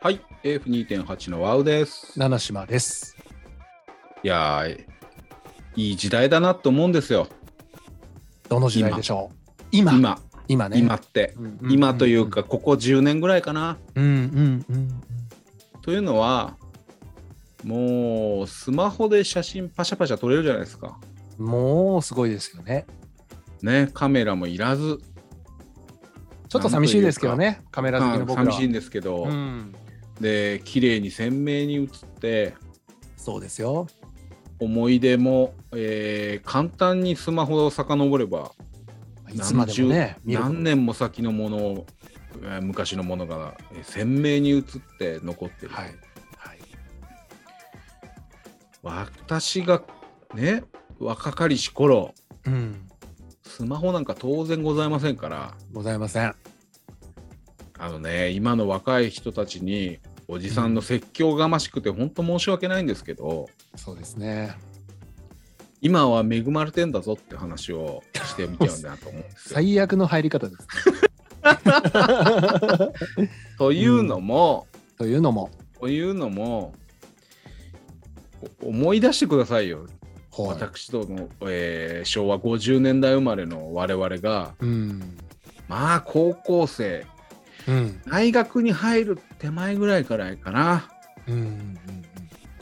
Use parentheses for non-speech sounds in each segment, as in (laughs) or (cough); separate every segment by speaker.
Speaker 1: はい、F2.8 のワウです。
Speaker 2: 七島です。
Speaker 1: いやー、いい時代だなと思うんですよ。
Speaker 2: どの時代でしょう。今、今
Speaker 1: 今、
Speaker 2: ね。
Speaker 1: 今って。
Speaker 2: うん、
Speaker 1: 今というか、ここ10年ぐらいかな。
Speaker 2: うん、うん、うんうん。
Speaker 1: というのは、もうスマホで写真パシャパシャ撮れるじゃないですか。
Speaker 2: もうすごいですよね。
Speaker 1: ね、カメラもいらず、
Speaker 2: ちょっと寂しいですけどね、カメラ好きの僕らは。
Speaker 1: 寂しいんですけど、
Speaker 2: うん、
Speaker 1: で、綺麗に鮮明に写って、
Speaker 2: そうですよ。
Speaker 1: 思い出も、えー簡単にスマホを遡れば
Speaker 2: いつまでもね、見ること
Speaker 1: 何年も先のものを、えー昔のものがえー鮮明に映って残ってる、
Speaker 2: はい。はい。
Speaker 1: 私がね若かりし頃
Speaker 2: うん、
Speaker 1: スマホなんか当然ございませんから
Speaker 2: ございません。
Speaker 1: あのね今の若い人たちにおじさんの説教がましくて本当申し訳ないんですけど
Speaker 2: そうですね。
Speaker 1: 今は恵まれてんだぞって話をしてみちゃうんだなと思うんですよ。
Speaker 2: 最悪の入り方です。
Speaker 1: というのも、
Speaker 2: というのも、
Speaker 1: というのもお思い出してくださいよ
Speaker 2: はい
Speaker 1: 私ども、えー昭和50年代生まれの我々が
Speaker 2: うん、
Speaker 1: まあ高校生
Speaker 2: うん、
Speaker 1: 大学に入る手前ぐらいからかな
Speaker 2: うん、うん、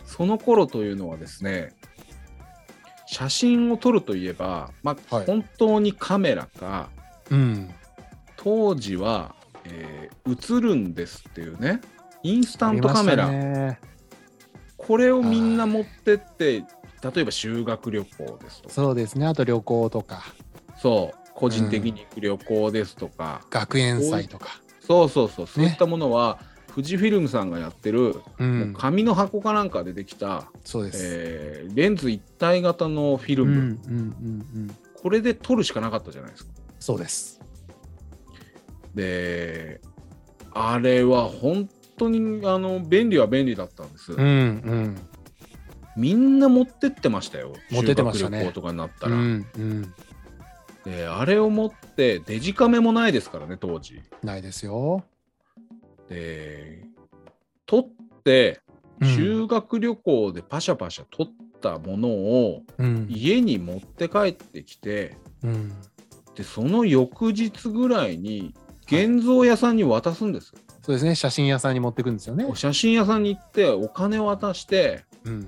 Speaker 1: その頃というのはですね写真を撮るといえば、まあ
Speaker 2: はい
Speaker 1: 本当にカメラか
Speaker 2: うんうん。
Speaker 1: 当時は、えー映るんですっていうねインスタントカメラ、
Speaker 2: ありましたね
Speaker 1: これをみんな持ってって例えば修学旅行ですとか
Speaker 2: そうですね。あと旅行とか、
Speaker 1: そう個人的に行く旅行ですとか、
Speaker 2: 学園祭とか。
Speaker 1: そうそうそう、そういったものは、富士フィルムさんがやってる、
Speaker 2: う、
Speaker 1: もうん紙の箱かなんかでできた、
Speaker 2: そうです。
Speaker 1: えーレンズ一体型のフィル
Speaker 2: うん、う
Speaker 1: ム、
Speaker 2: ん、うん、うん。
Speaker 1: これで撮るしかなかったじゃないですか。
Speaker 2: そうです。
Speaker 1: で、あれは本当にあの便利は便利だったんです、
Speaker 2: うん、うん。
Speaker 1: みんな持ってってましたよ、
Speaker 2: 持ってってましたね
Speaker 1: 修学旅行とかになったら、
Speaker 2: うんうん、
Speaker 1: で。あれを持って、デジカメもないですからね、当時。
Speaker 2: ないですよ。
Speaker 1: で、撮って、
Speaker 2: うん
Speaker 1: 修学旅行でパシャパシャ撮ったものを
Speaker 2: うん
Speaker 1: 家に持って帰ってきて
Speaker 2: うん、
Speaker 1: でその翌日ぐらいに現像屋さんに渡すんです、
Speaker 2: そうですね写真屋さんに持ってくんですよね
Speaker 1: お。写真屋さんに行ってお金を渡して
Speaker 2: うん、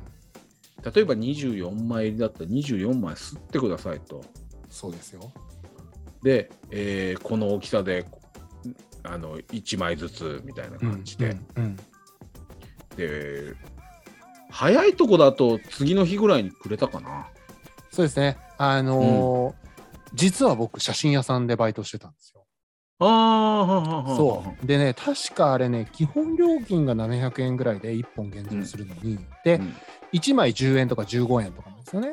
Speaker 1: 例えば24枚入りだったら24枚吸ってくださいと
Speaker 2: そうですよ。
Speaker 1: で、えーこの大きさであの1枚ずつみたいな感じで、
Speaker 2: うん
Speaker 1: で早いとこだと次の日ぐらいにくれたかな
Speaker 2: そうですねあのー実は僕写真屋さんでバイトしてたんですよ。
Speaker 1: ああはあはあはあ
Speaker 2: そうでね確かあれね基本料金が700円ぐらいで1本現像するのに、で
Speaker 1: うん
Speaker 2: 1枚10円とか15円とかなんですよね。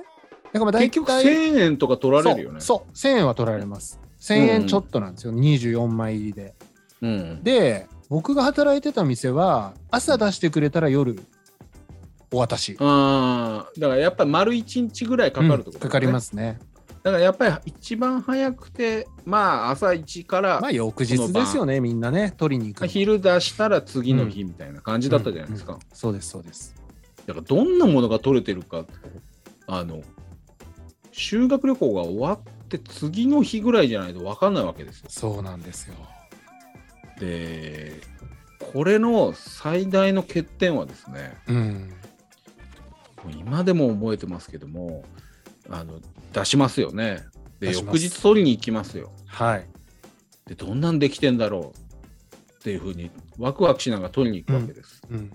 Speaker 2: だからまあ
Speaker 1: 結
Speaker 2: 大体
Speaker 1: 局1000円とか取られるよね。
Speaker 2: そうそう1000円は取られます。1000円ちょっとなんですよ、24枚入りで。
Speaker 1: うん、
Speaker 2: で僕が働いてた店は朝出してくれたら夜お渡し
Speaker 1: ああ、だからやっぱり丸1日ぐらいかかるってこと。
Speaker 2: うんかかりますすね
Speaker 1: だからやっぱり一番早くて、まあ朝1から、
Speaker 2: まあ翌日ですよねみんなね取りに行くの
Speaker 1: 昼出したら次の日みたいな感じだったじゃないですか。
Speaker 2: そうですそうです
Speaker 1: だからどんなものが取れてるか、あの、修学旅行が終わって次の日ぐらいじゃないと分かんないわけですよ。
Speaker 2: そうなんですよ
Speaker 1: で、これの最大の欠点はですね、
Speaker 2: うん
Speaker 1: もう今でも覚えてますけどもあの出しますよねで
Speaker 2: 出し
Speaker 1: 翌
Speaker 2: ます
Speaker 1: 日取りに行きますよ
Speaker 2: はい
Speaker 1: でどんなんできてんだろうっていうふうにワクワクしながら取りに行くわけです、
Speaker 2: うん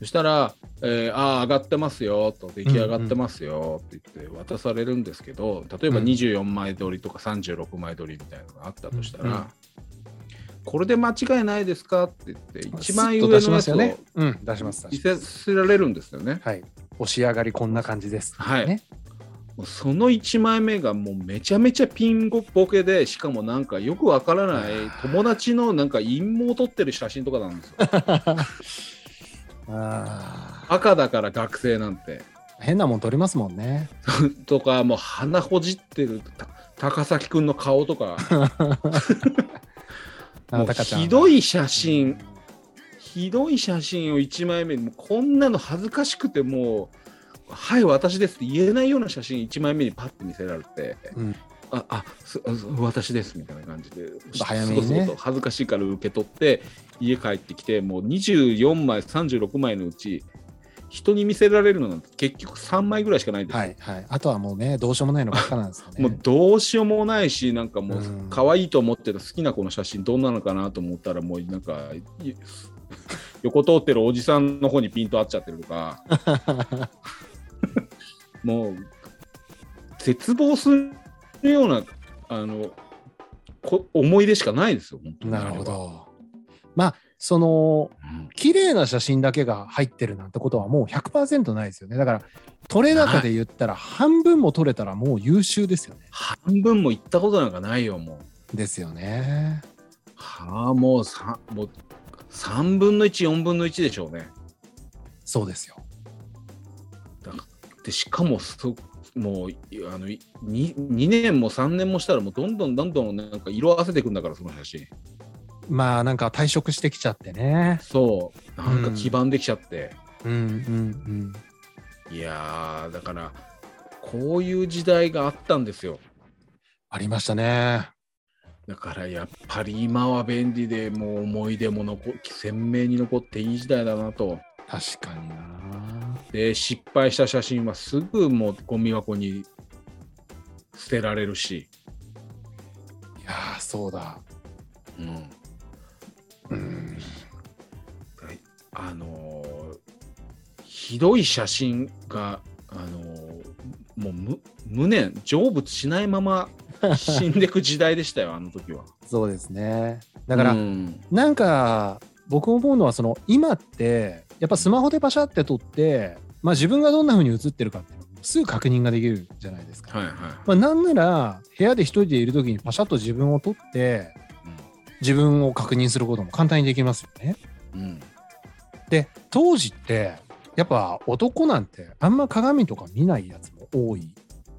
Speaker 1: そしたら「えーああ上がってますよ」と「出来上がってますよ」って言って渡されるんですけど、例えば
Speaker 2: うん
Speaker 1: 24枚撮りとか36枚撮りみたいなのがあったとしたら、
Speaker 2: うんうん
Speaker 1: これで間違いないですかって言って一番
Speaker 2: スッ
Speaker 1: 上
Speaker 2: と
Speaker 1: の
Speaker 2: 出しま
Speaker 1: や
Speaker 2: す
Speaker 1: つ
Speaker 2: よ
Speaker 1: を
Speaker 2: ねうん出します出
Speaker 1: 見
Speaker 2: しま
Speaker 1: せられるんですよね
Speaker 2: すはい押し上がりこんな感じです
Speaker 1: はい、
Speaker 2: ね
Speaker 1: もうその1枚目がもうめちゃめちゃピンボケでしかもなんかよくわからない友達のなんか陰謀を撮ってる写真とかなんですよ
Speaker 2: あ
Speaker 1: 赤だから学生なんて
Speaker 2: ー変なもん取りますもんね
Speaker 1: とかもう鼻ほじってるた高崎くんの顔
Speaker 2: (laughs)
Speaker 1: とかもう
Speaker 2: たかちゃん
Speaker 1: ひどい写真ひどい写真を1枚目にもうこんなの恥ずかしくてもう「はい私です」って言えないような写真1枚目にパッと見せられて「
Speaker 2: うん
Speaker 1: ああすあす私です」みたいな感じで
Speaker 2: と早めにね
Speaker 1: そそそ恥ずかしいから受け取って家帰ってきてもう24枚36枚のうち人に見せられるのなんて結局3枚ぐらいしかないんですよ。
Speaker 2: はいはい。あとはもうね、どうしようもないのばっかなんですよね。
Speaker 1: もうどうしようもないし、なんかもう
Speaker 2: うん、
Speaker 1: 可愛いと思ってた好きな子の写真、どんなのかなと思ったら、もうなんか、い横通ってるおじさんの方にピント合っちゃってるとか、
Speaker 2: (laughs)
Speaker 1: もう、絶望するような、あの、こ思い出しかないですよ、本当に
Speaker 2: なるほ。ど。まあ、その、
Speaker 1: あれはうん
Speaker 2: 綺麗な写真だけが入ってるなんてことはもう100%ないですよね。だから、撮れ高で言ったら、半分も撮れたらもう優秀ですよね。
Speaker 1: 半分も行ったことなんかないよ、もう。
Speaker 2: ですよね。
Speaker 1: はあ、もうさもう3分の1、4分の1でしょうね。
Speaker 2: そうですよ。
Speaker 1: でしかもそもういあのいに 2, 年も3年もしたらもうどんどんどんどんなんか色あせてくんだからその写真
Speaker 2: まあ、なんか退職してきちゃってね。
Speaker 1: そうなんか基盤できちゃって、
Speaker 2: うんうん
Speaker 1: いやーだからこういう時代があったんですよ
Speaker 2: ありましたね。
Speaker 1: だからやっぱり今は便利でもう思い出も残鮮明に残っていい時代だなと
Speaker 2: 確かにな。
Speaker 1: で失敗した写真はすぐもうゴミ箱に捨てられるし、
Speaker 2: いやー、そうだ。
Speaker 1: うん、
Speaker 2: うん。
Speaker 1: はいあのーひどい写真が、あのーもう無無念成仏しないま
Speaker 2: (laughs)
Speaker 1: ま死んでく時代でしたよあの時は
Speaker 2: そうですね。だ
Speaker 1: だ
Speaker 2: から、
Speaker 1: うん
Speaker 2: なんか僕思うのはその今ってやっぱスマホでパシャって撮って、まあ、自分がどんな風に映ってるかっていうのをすぐ確認ができるじゃないですか。
Speaker 1: はいはい、
Speaker 2: まあ、なんなら部屋で一人でいる時にパシャッと自分を撮って自分を確認することも簡単にできますよね。
Speaker 1: うんうん
Speaker 2: で当時ってやっぱ男なんてあんま鏡とか見ないやつも多い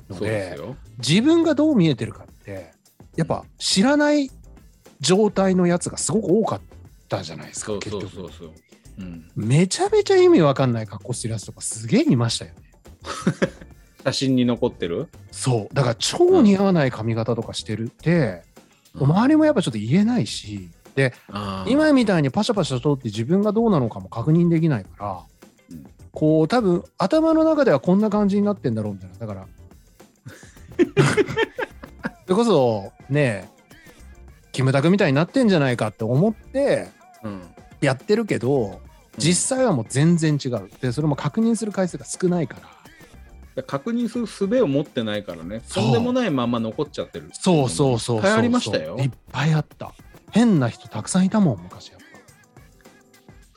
Speaker 2: の
Speaker 1: そうです
Speaker 2: で
Speaker 1: よ
Speaker 2: 自分がどう見えてるかってやっぱ知らない状態のやつがすごく多かったじゃないですか
Speaker 1: そう
Speaker 2: 結
Speaker 1: そ
Speaker 2: 局。
Speaker 1: うそうそう、うん、
Speaker 2: めちゃめちゃ意味わかんない格好してるやつとかすげえいましたよね。
Speaker 1: 写真に残ってる
Speaker 2: そう。だから超似合わない髪型とかしてるって、周りもやっぱちょっと言えないし、で、
Speaker 1: あー
Speaker 2: 今みたいにパシャパシャ撮って自分がどうなのかも確認できないから
Speaker 1: うん、
Speaker 2: こう多分頭の中ではこんな感じになってんだろうみたいな。だから。それこそねキムタクみたいになってんじゃないかって思って
Speaker 1: うん
Speaker 2: やってるけど、実際はもう全然違う。で、それも確認する回数が少ないから。
Speaker 1: だから確認する術を持ってないからね
Speaker 2: そ
Speaker 1: と
Speaker 2: うん
Speaker 1: でもないまま残っちゃってる
Speaker 2: そうそうそうそ
Speaker 1: いっ
Speaker 2: うそう。
Speaker 1: ぱいありましたよ
Speaker 2: いっぱいあった。変な人たくさんいたもん、昔やっ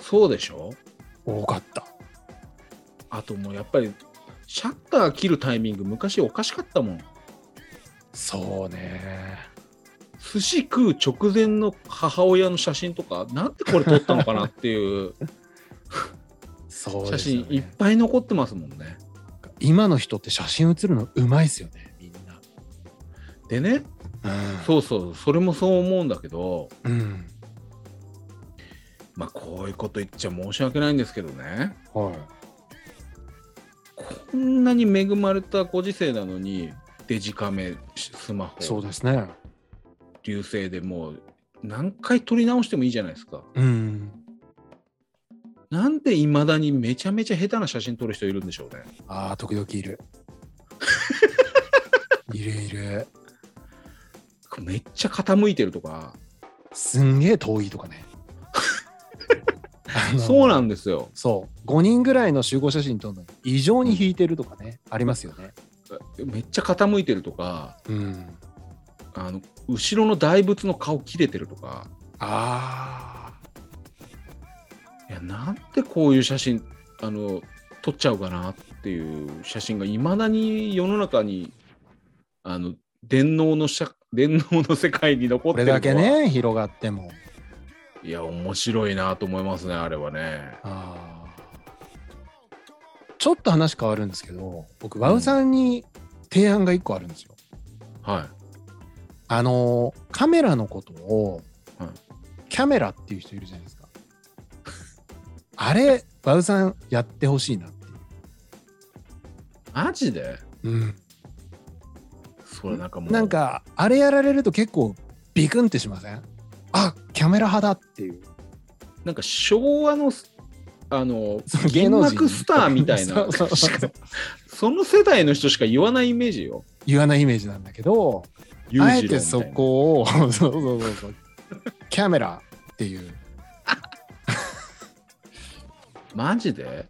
Speaker 1: そうでしょ
Speaker 2: ぱ。多かった。
Speaker 1: あともうやっぱりシャッター切るタイミング昔おかしかったもん
Speaker 2: そうね。
Speaker 1: 寿司食う直前の母親の写真とかなんでこれ撮ったのかなっていう
Speaker 2: (laughs) そう
Speaker 1: 写
Speaker 2: ですよ
Speaker 1: 真
Speaker 2: ね
Speaker 1: いっぱい残ってますもんね。
Speaker 2: 今の人って写真写るのうまいですよね、みんな。
Speaker 1: でね
Speaker 2: うん
Speaker 1: そうそうそれもそう思うんだけど
Speaker 2: うん。
Speaker 1: まあこういうこと言っちゃ申し訳ないんですけどね
Speaker 2: は
Speaker 1: こんなに恵まれたご時世なのにデジカメスマ
Speaker 2: い。そう
Speaker 1: ホ
Speaker 2: ですね。
Speaker 1: 流星でもう何回撮り直してもいいじゃないですか。
Speaker 2: うん。
Speaker 1: なんで未だにめちゃめちゃ下手な写真撮る人いるんでしょうね。
Speaker 2: ああ、時々い (laughs) る。いるいる。
Speaker 1: めっちゃ傾いてると
Speaker 2: (laughs)
Speaker 1: か
Speaker 2: すんげえ遠いと (laughs) かね。あの
Speaker 1: そうなんですよ。
Speaker 2: そう。5人ぐらいの集合写真撮るのに異常に引いてるとかね、ありますよね。
Speaker 1: めっちゃ傾いてるとか
Speaker 2: うん。
Speaker 1: あの後ろの大仏の顔切れてるとか
Speaker 2: あ
Speaker 1: いやなんでこういう写真あの撮っちゃうかなっていう写真がいまだに世の中にあの電脳の社電脳の世界に残っ
Speaker 2: こ
Speaker 1: てる
Speaker 2: れ
Speaker 1: のは
Speaker 2: だけね広がっても
Speaker 1: いや面白いなと思いますねあれはね。
Speaker 2: あーちょっと話変わるんですけど僕ワウさんに提案が1個あるんですよ。
Speaker 1: は
Speaker 2: あのーカメラのことを、
Speaker 1: はい
Speaker 2: キャメラっていう人いるじゃないですか。あれ、バウさんやってほしいなってい
Speaker 1: マジで
Speaker 2: う。うん。
Speaker 1: それなんかもう。
Speaker 2: なんか、あれやられると結構ビクンってしませんあキャメラ派だっていう。
Speaker 1: なんか昭和のすあの
Speaker 2: そう芸
Speaker 1: 原
Speaker 2: 能人
Speaker 1: 爆スターみたい
Speaker 2: (laughs) そ
Speaker 1: な
Speaker 2: うそうそう
Speaker 1: しかその世代の人しか言わないイメージよ。
Speaker 2: 言わないイメージなんだけど、
Speaker 1: 裕
Speaker 2: あえ
Speaker 1: 次郎みたい
Speaker 2: て
Speaker 1: な
Speaker 2: そこを、 (laughs) そうそうそうそう、キャメラっていう。
Speaker 1: マジで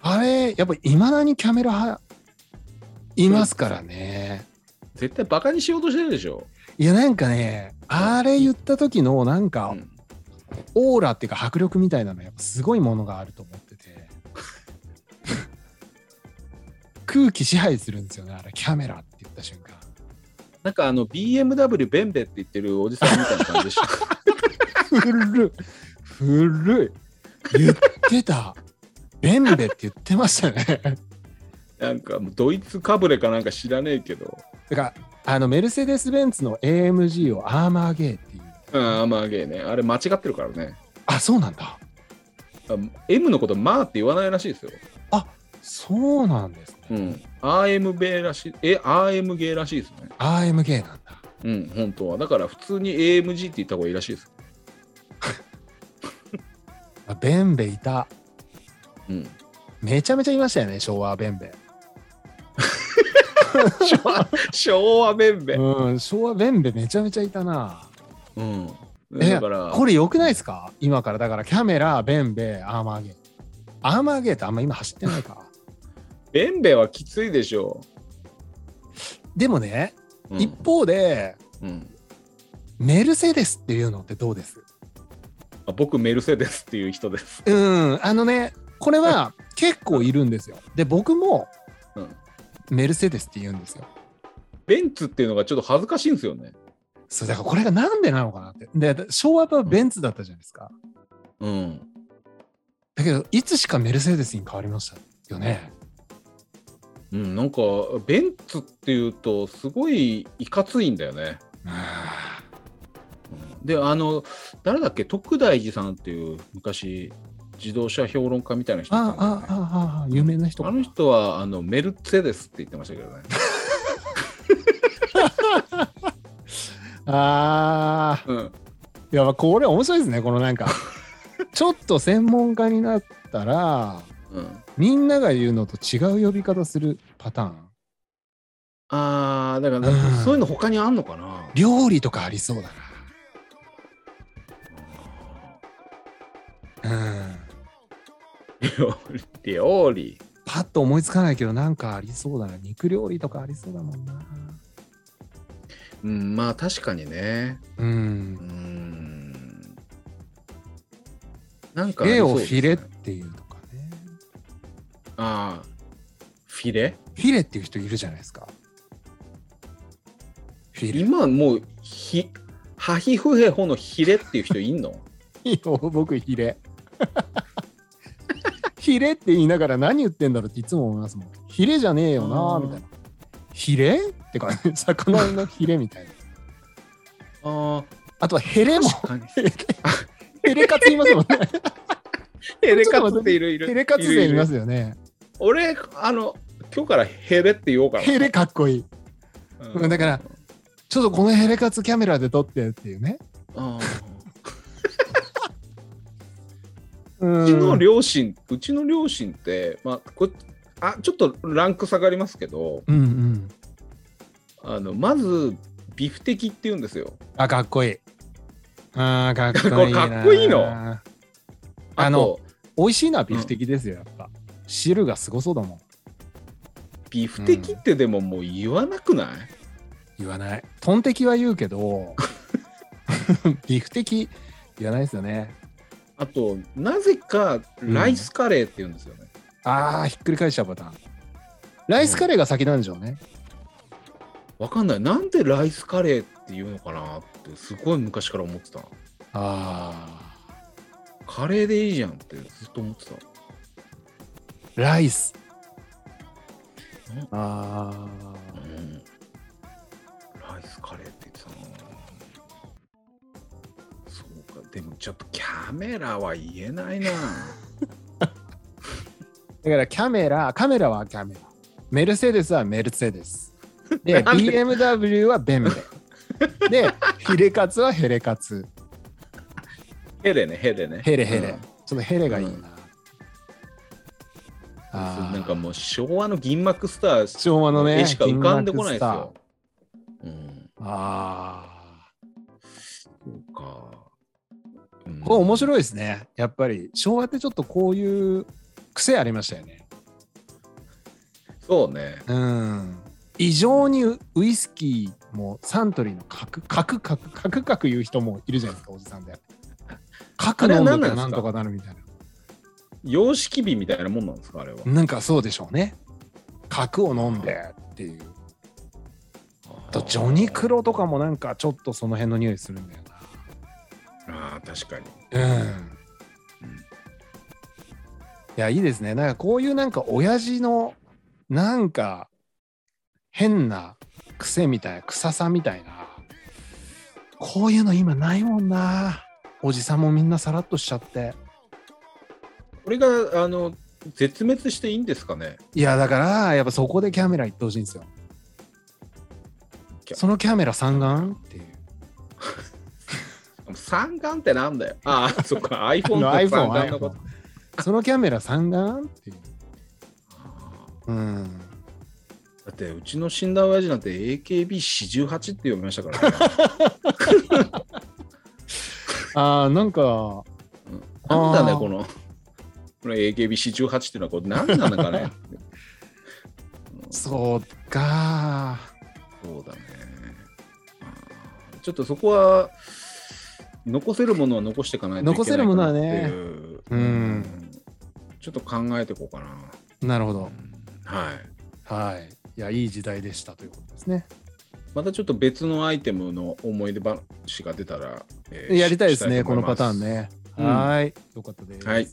Speaker 2: あれ、やっぱいまだにキャメラ派いますからね。
Speaker 1: 絶対バカにしようとしてるでしょ。
Speaker 2: いや、なんかね、あれ言った時のなんか
Speaker 1: うん
Speaker 2: オーラっていうか迫力みたいなのやっぱすごいものがあると思って
Speaker 1: (laughs)
Speaker 2: て。空気支配するんですよね、あれ、キャメラって言った瞬間。
Speaker 1: なんかあの BMW ベンベって言ってるおじさんみたいな感じで
Speaker 2: (laughs)
Speaker 1: しょ。
Speaker 2: 古い古い言ってた。ベンベって言ってましたね。
Speaker 1: なんかもうドイツかぶれかなんか知らねえけど。
Speaker 2: だからあのメルセデス・ベンツの AMG をアーマーゲーっていう。
Speaker 1: ああまあゲーね。あれ間違ってるからね。
Speaker 2: あ、そうなんだ。
Speaker 1: あ M のことまあって言わないらしいですよ。
Speaker 2: そうなんですね。
Speaker 1: うん。RM ベーらしい。え、RM ゲーらしいですね。
Speaker 2: AMG なんだ。
Speaker 1: うん、本当は。だから普通に AMG って言った方がいいらしいです。
Speaker 2: あベンベいた。
Speaker 1: うん。 (laughs)
Speaker 2: めちゃめちゃいましたよね、昭和ベンベ。
Speaker 1: 昭和、昭和ベンベ。
Speaker 2: うん、昭和ベンベめちゃめちゃいたな。
Speaker 1: うん。
Speaker 2: え
Speaker 1: だから、
Speaker 2: これ良くないですか今から。だからキャメラ、ベンベ、アーマーゲー。アーマーゲーってあんま今走ってない (laughs) か。
Speaker 1: ベンベはきついでしょ
Speaker 2: でもね、
Speaker 1: う。うん
Speaker 2: 一方で、
Speaker 1: うん
Speaker 2: メルセデスっていうのってどうです
Speaker 1: あ僕、メルセデスっていう人です。
Speaker 2: うん、あのね、これは結構いるんですよ。で、僕も
Speaker 1: うん
Speaker 2: メルセデスって言うんですよ。
Speaker 1: ベンツっていうのがちょっと恥ずかしいんですよね。
Speaker 2: そう、だからこれがなんでなのかなって。で、昭和はベンツだったじゃないですか。
Speaker 1: うん。
Speaker 2: だけど、いつしかメルセデスに変わりましたよね。
Speaker 1: うん、なんか、ベンツっていうと、すごいいかついんだよね。うんで、あの、誰だっけ、徳大寺さんっていう、昔、自動車評論家みたいな人いたん
Speaker 2: あ
Speaker 1: だよね、
Speaker 2: あ、ああ、あ有名な人
Speaker 1: あ
Speaker 2: か
Speaker 1: の
Speaker 2: な。
Speaker 1: 人はあのメルセデスって言ってましたけどね。
Speaker 2: ああ、
Speaker 1: うん、
Speaker 2: いや、これ面白いですね、このな
Speaker 1: (laughs)
Speaker 2: んか。ちょっと専門家になったら、
Speaker 1: うん、
Speaker 2: みんなが言うのと違う呼び方するパターン。
Speaker 1: ああ、だから、
Speaker 2: うん
Speaker 1: そういうの他にあんのかな。
Speaker 2: 料理とかありそうだな。うん。
Speaker 1: 料理、料理。
Speaker 2: パッと思いつかないけどなんかありそうだな肉料理とかありそうだもんな
Speaker 1: うん、まあ確かにね。
Speaker 2: う
Speaker 1: うんん。なんかあり
Speaker 2: 絵
Speaker 1: そ
Speaker 2: を
Speaker 1: う
Speaker 2: フ
Speaker 1: ですね、
Speaker 2: ィレっていうとかね
Speaker 1: ああ、フィレ
Speaker 2: フィレっていう人いるじゃないですかフィレ
Speaker 1: 今もう、ひ、ハヒフヘホのヒレっていう人いんの
Speaker 2: いいよ僕フィレフィレって言いながら何言ってんだろうっていつも思いますもんフィレじゃねえよな
Speaker 1: うん
Speaker 2: みたいなフィレってか魚のフィレみたいな
Speaker 1: (laughs) あ
Speaker 2: あとはヘレ
Speaker 1: あ、
Speaker 2: も
Speaker 1: 確かに。
Speaker 2: ヘレカツいますもんね
Speaker 1: (laughs) ヘレカツっているいる。
Speaker 2: ヘレカツ勢います
Speaker 1: るる
Speaker 2: よね
Speaker 1: 俺、あの、今日からヘレって言おうかな。
Speaker 2: ヘレかっこいい
Speaker 1: うん
Speaker 2: だから、ちょっとこのヘレカツキャメラで撮ってっていうね。
Speaker 1: あ
Speaker 2: う
Speaker 1: あうちの両親、うちの両親って、まあ、こあちょっとランク下がりますけど、
Speaker 2: うんうん。
Speaker 1: あのまず、ビフテキって言うんですよ。
Speaker 2: あ、かっこいい。あーかっこい
Speaker 1: これ (laughs)
Speaker 2: いな。
Speaker 1: かっこいいの
Speaker 2: あ
Speaker 1: あ
Speaker 2: の
Speaker 1: の、
Speaker 2: 美味しいのはビフ的ですよ、やっぱ。汁がすごそうだもん。
Speaker 1: ビフテキってでももう言わなくない、
Speaker 2: 言わない。トンテキは言うけど、 (laughs) ビフ的言わないですよね。
Speaker 1: あと、なぜかライスカレーって言うんですよね。
Speaker 2: あーひっくり返しちゃうパターン。ライスカレーが先なんでしょうね。
Speaker 1: わ、かんない。なんでライスカレーって言うのかなって、すごい昔から思ってた。
Speaker 2: あ
Speaker 1: カレーでいいじゃんってずっと思ってた。
Speaker 2: ーライス
Speaker 1: ん。
Speaker 2: あ
Speaker 1: う
Speaker 2: ー
Speaker 1: んライスカレーって言ってたなそうかでもちょっとキャメラは言えないな。
Speaker 2: だからキャメラ、カメラはキャメラ。メルセデスはメルセ
Speaker 1: (laughs)
Speaker 2: デス。で、
Speaker 1: なんで
Speaker 2: BMW はベン
Speaker 1: (laughs)
Speaker 2: ベ。で、ヒレカツはヘレカツ。
Speaker 1: ヘレね、ヘレね。
Speaker 2: ヘレヘレ。
Speaker 1: うん
Speaker 2: ちょっとヘレがいいな。
Speaker 1: うん
Speaker 2: あー
Speaker 1: なんかもう昭和の銀幕スター
Speaker 2: 昭和のね、
Speaker 1: 絵しか浮かんでこないです
Speaker 2: 銀幕
Speaker 1: よ。うん、
Speaker 2: スター。あ
Speaker 1: そうか。うん
Speaker 2: あ。これ面白いですね。やっぱり昭和ってちょっとこういう癖ありましたよね。
Speaker 1: そうね。
Speaker 2: うん。異常にウイスキーもサントリーのカクカクカクカクカク言う人もいるじゃないですか、おじさんで。カク飲んだ
Speaker 1: あれ
Speaker 2: ら
Speaker 1: は何なんですか
Speaker 2: なんとかなるみたいな。
Speaker 1: 様式美みたいなもんなんですか、あれは。
Speaker 2: なんかそうでしょうね。角を飲んでっていう。あとジョニクロとかもなんかちょっとその辺の匂いするんだよ
Speaker 1: ああ、確かに。
Speaker 2: な。うん。いやいいですね。なんかこういうなんか親父のなんか変な癖みたいな臭さみたいなこういうの今ないもんな。おじさんもみんなさらっとしちゃって。
Speaker 1: これが、あの、絶滅していいんですかね。
Speaker 2: いやだからやっぱそこでキャメラ行ってほしいんですよ。
Speaker 1: キャ
Speaker 2: そのキャメラ三眼っていう。
Speaker 1: 三眼ってなんだよ。ああ、 (laughs) そっか、iPhone
Speaker 2: あの
Speaker 1: と
Speaker 2: iPhone
Speaker 1: 三眼のこと。
Speaker 2: そのキャメラ三眼っていう。
Speaker 1: あ
Speaker 2: (laughs) うん。
Speaker 1: ーだって、うちの死んだ親父なんて AKB48 って読みましたからね。
Speaker 2: (laughs) ああ、なんか、
Speaker 1: なんだね、
Speaker 2: あー
Speaker 1: この、この AKB48 っていうのは、これ何なのかね。
Speaker 2: そうか。
Speaker 1: そうだね。あーちょっとそこは、残せるものは残していかないといけない
Speaker 2: 残せるものは
Speaker 1: かな
Speaker 2: ね
Speaker 1: っていう
Speaker 2: うん
Speaker 1: ちょっと考えていこうかな。
Speaker 2: なるほど。
Speaker 1: はい。
Speaker 2: はい。いや、いい時代でしたということですね。
Speaker 1: またちょっと別のアイテムの思い出話が出たら、えー
Speaker 2: やりたいですね、
Speaker 1: しと
Speaker 2: こ
Speaker 1: 思
Speaker 2: の
Speaker 1: いま
Speaker 2: パ
Speaker 1: す
Speaker 2: ターンね。
Speaker 1: うん
Speaker 2: はーい。よかったです。
Speaker 1: はい。